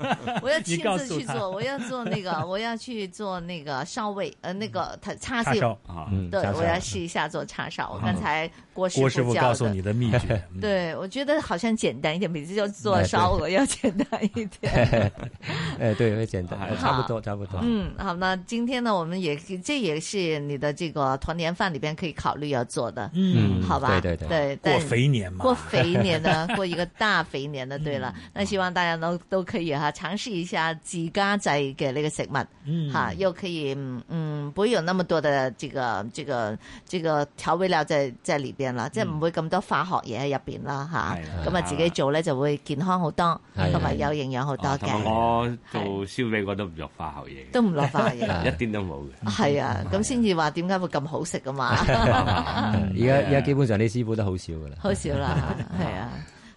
Speaker 2: 我要
Speaker 3: 你
Speaker 2: 亲
Speaker 3: 告
Speaker 2: 自
Speaker 3: 诉
Speaker 2: 去
Speaker 3: 他
Speaker 2: 做，我要做那 个，我要去做那个少尉，呃，那个他叉
Speaker 3: 嗯叉
Speaker 2: 烧，
Speaker 3: 烧，嗯
Speaker 1: 啊，
Speaker 4: 嗯，
Speaker 2: 对
Speaker 4: 叉，烧
Speaker 2: 我要试一下做叉烧。我刚才郭
Speaker 3: 郭师
Speaker 2: 师
Speaker 3: 傅
Speaker 2: 教
Speaker 3: 告诉
Speaker 2: 的，
Speaker 3: 你的秘 诀。嗯，
Speaker 2: 对我觉得好像简单一点，比这就做
Speaker 4: 哎对
Speaker 2: 烧鹅要简单一点。
Speaker 4: 哎，对，会简单，差不多，差不多。
Speaker 2: 嗯，好，那今天呢，我们也这也是你的这个团年饭里边可以考虑要做的，
Speaker 3: 嗯，
Speaker 2: 好吧？
Speaker 4: 对对对
Speaker 2: 对，
Speaker 3: 过
Speaker 2: 但
Speaker 3: 肥年嘛
Speaker 2: 过，肥年 呢，过一个大肥年呢。对啦，那希望大家都都可以哈尝试一下自家制嘅呢个食物，
Speaker 3: 嗯，
Speaker 2: 哈，又可以嗯嗯，不会有那么多的这个这个这个调味料在在里边啦，即系唔会咁多化學嘢喺入边啦吓。
Speaker 1: 係啦
Speaker 2: 咁啊，自己做咧就會健康好多，
Speaker 4: 係
Speaker 2: 同埋有營養好多
Speaker 1: 啊同埋
Speaker 2: 嘅，
Speaker 1: 我做燒味我都唔落化學嘢
Speaker 2: 都唔落化學嘢。
Speaker 1: 嘅，一啲都冇嘅。
Speaker 2: 係
Speaker 4: 嗯
Speaker 2: 啊，咁先至話點解會咁好食噶嘛？
Speaker 4: 哎
Speaker 3: 嗯
Speaker 4: 而
Speaker 3: 哎
Speaker 4: 家而家基本上啲師傅都好少噶啦。
Speaker 2: 好少啦， 係啊，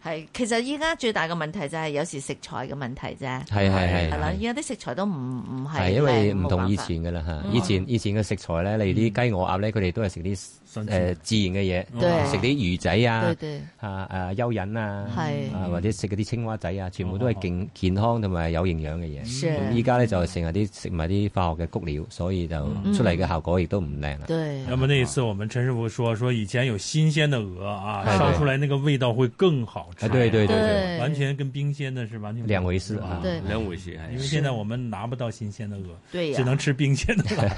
Speaker 2: 係。其實依家最大嘅問題就係有時食材嘅問題啫。
Speaker 4: 係係
Speaker 2: 係啦，而
Speaker 4: 係
Speaker 2: 家啲食材都唔唔係
Speaker 4: 啊係，因為
Speaker 2: 靚
Speaker 4: 唔同以。
Speaker 2: 冇辦嗯
Speaker 4: 前噶啦嚇。以前以前嘅食材咧，例
Speaker 3: 嗯
Speaker 4: 如啲雞鵝鴨咧，佢哋都係食啲誒
Speaker 3: 新
Speaker 4: 自
Speaker 3: 鮮
Speaker 4: 然嘅
Speaker 2: 對
Speaker 4: 嘢，食啲魚仔
Speaker 2: 法對
Speaker 4: 啊。
Speaker 2: 對，
Speaker 4: 啊啊蚯蚓啊，
Speaker 2: 係
Speaker 4: 啊或者食嗰啲青蛙仔啊，全部都係健健康同埋有營養嘅嘢。
Speaker 2: 是，
Speaker 4: 咁依家咧就成日啲食埋啲化學嘅谷料，所以就出嚟嘅效果亦都唔靚啦。
Speaker 2: 嗯對
Speaker 3: 要么那一次我们陈师傅说说以前有新鲜的鹅啊，
Speaker 4: 哎
Speaker 3: 烧
Speaker 4: 对
Speaker 3: 出来那个味道会更好吃。
Speaker 4: 啊，對對對對。
Speaker 2: 對，
Speaker 3: 完全跟冰鲜的是完全不
Speaker 4: 兩回事
Speaker 3: 是吧
Speaker 4: 啊
Speaker 2: 對
Speaker 1: 兩回事
Speaker 3: 因为
Speaker 1: 係。
Speaker 3: 现在我们拿不到新鲜的鹅，
Speaker 2: 對呀
Speaker 3: 只能吃冰鲜的了。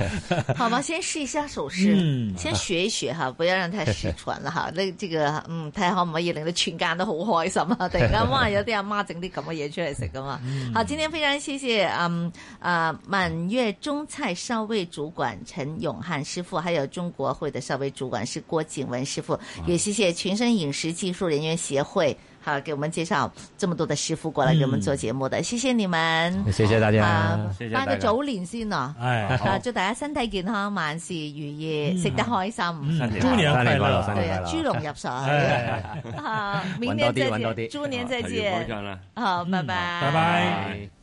Speaker 2: 好吧，先试一下手势，
Speaker 3: 嗯
Speaker 2: 先學一學哈，不要讓太失傳啦吓。呢這個嗯，睇下可唔可以令到全家都好開心啊！突然間哇，有啲阿媽整啲咁嘅嘢出嚟食噶嘛。好，今天非常謝謝嗯啊滿月中菜少尉主管陳永漢師傅，還有中國會的少尉主管是郭景文師傅，也謝謝群生飲食技術人員協會。好，給我們介紹這麼多的師傅過來給我們做節目的，謝謝你們。
Speaker 4: 謝謝大家
Speaker 2: 啊。
Speaker 1: 謝謝
Speaker 2: 拜
Speaker 1: 大
Speaker 2: 個
Speaker 1: 家
Speaker 2: 早年先啊！
Speaker 3: 哎，
Speaker 4: 哦
Speaker 2: 啊！祝大家身體健康，萬事如
Speaker 4: 嗯
Speaker 2: 意，食得開心。
Speaker 1: 新年
Speaker 3: 猪年
Speaker 4: 新
Speaker 3: 快
Speaker 4: 年快
Speaker 3: 乐
Speaker 4: 乐，新
Speaker 2: 對
Speaker 4: 年
Speaker 2: 啊
Speaker 4: 快，樂
Speaker 2: 豬籠入水。
Speaker 3: 哎，
Speaker 2: 啊，明
Speaker 4: 玩
Speaker 2: 年
Speaker 4: 多啲
Speaker 2: 再
Speaker 4: 玩多
Speaker 2: 見，
Speaker 4: 啲啊
Speaker 2: 豬年再
Speaker 1: 好越
Speaker 2: 見
Speaker 4: 嗯
Speaker 1: 保。障啦。
Speaker 2: 好，拜拜，
Speaker 3: 拜拜。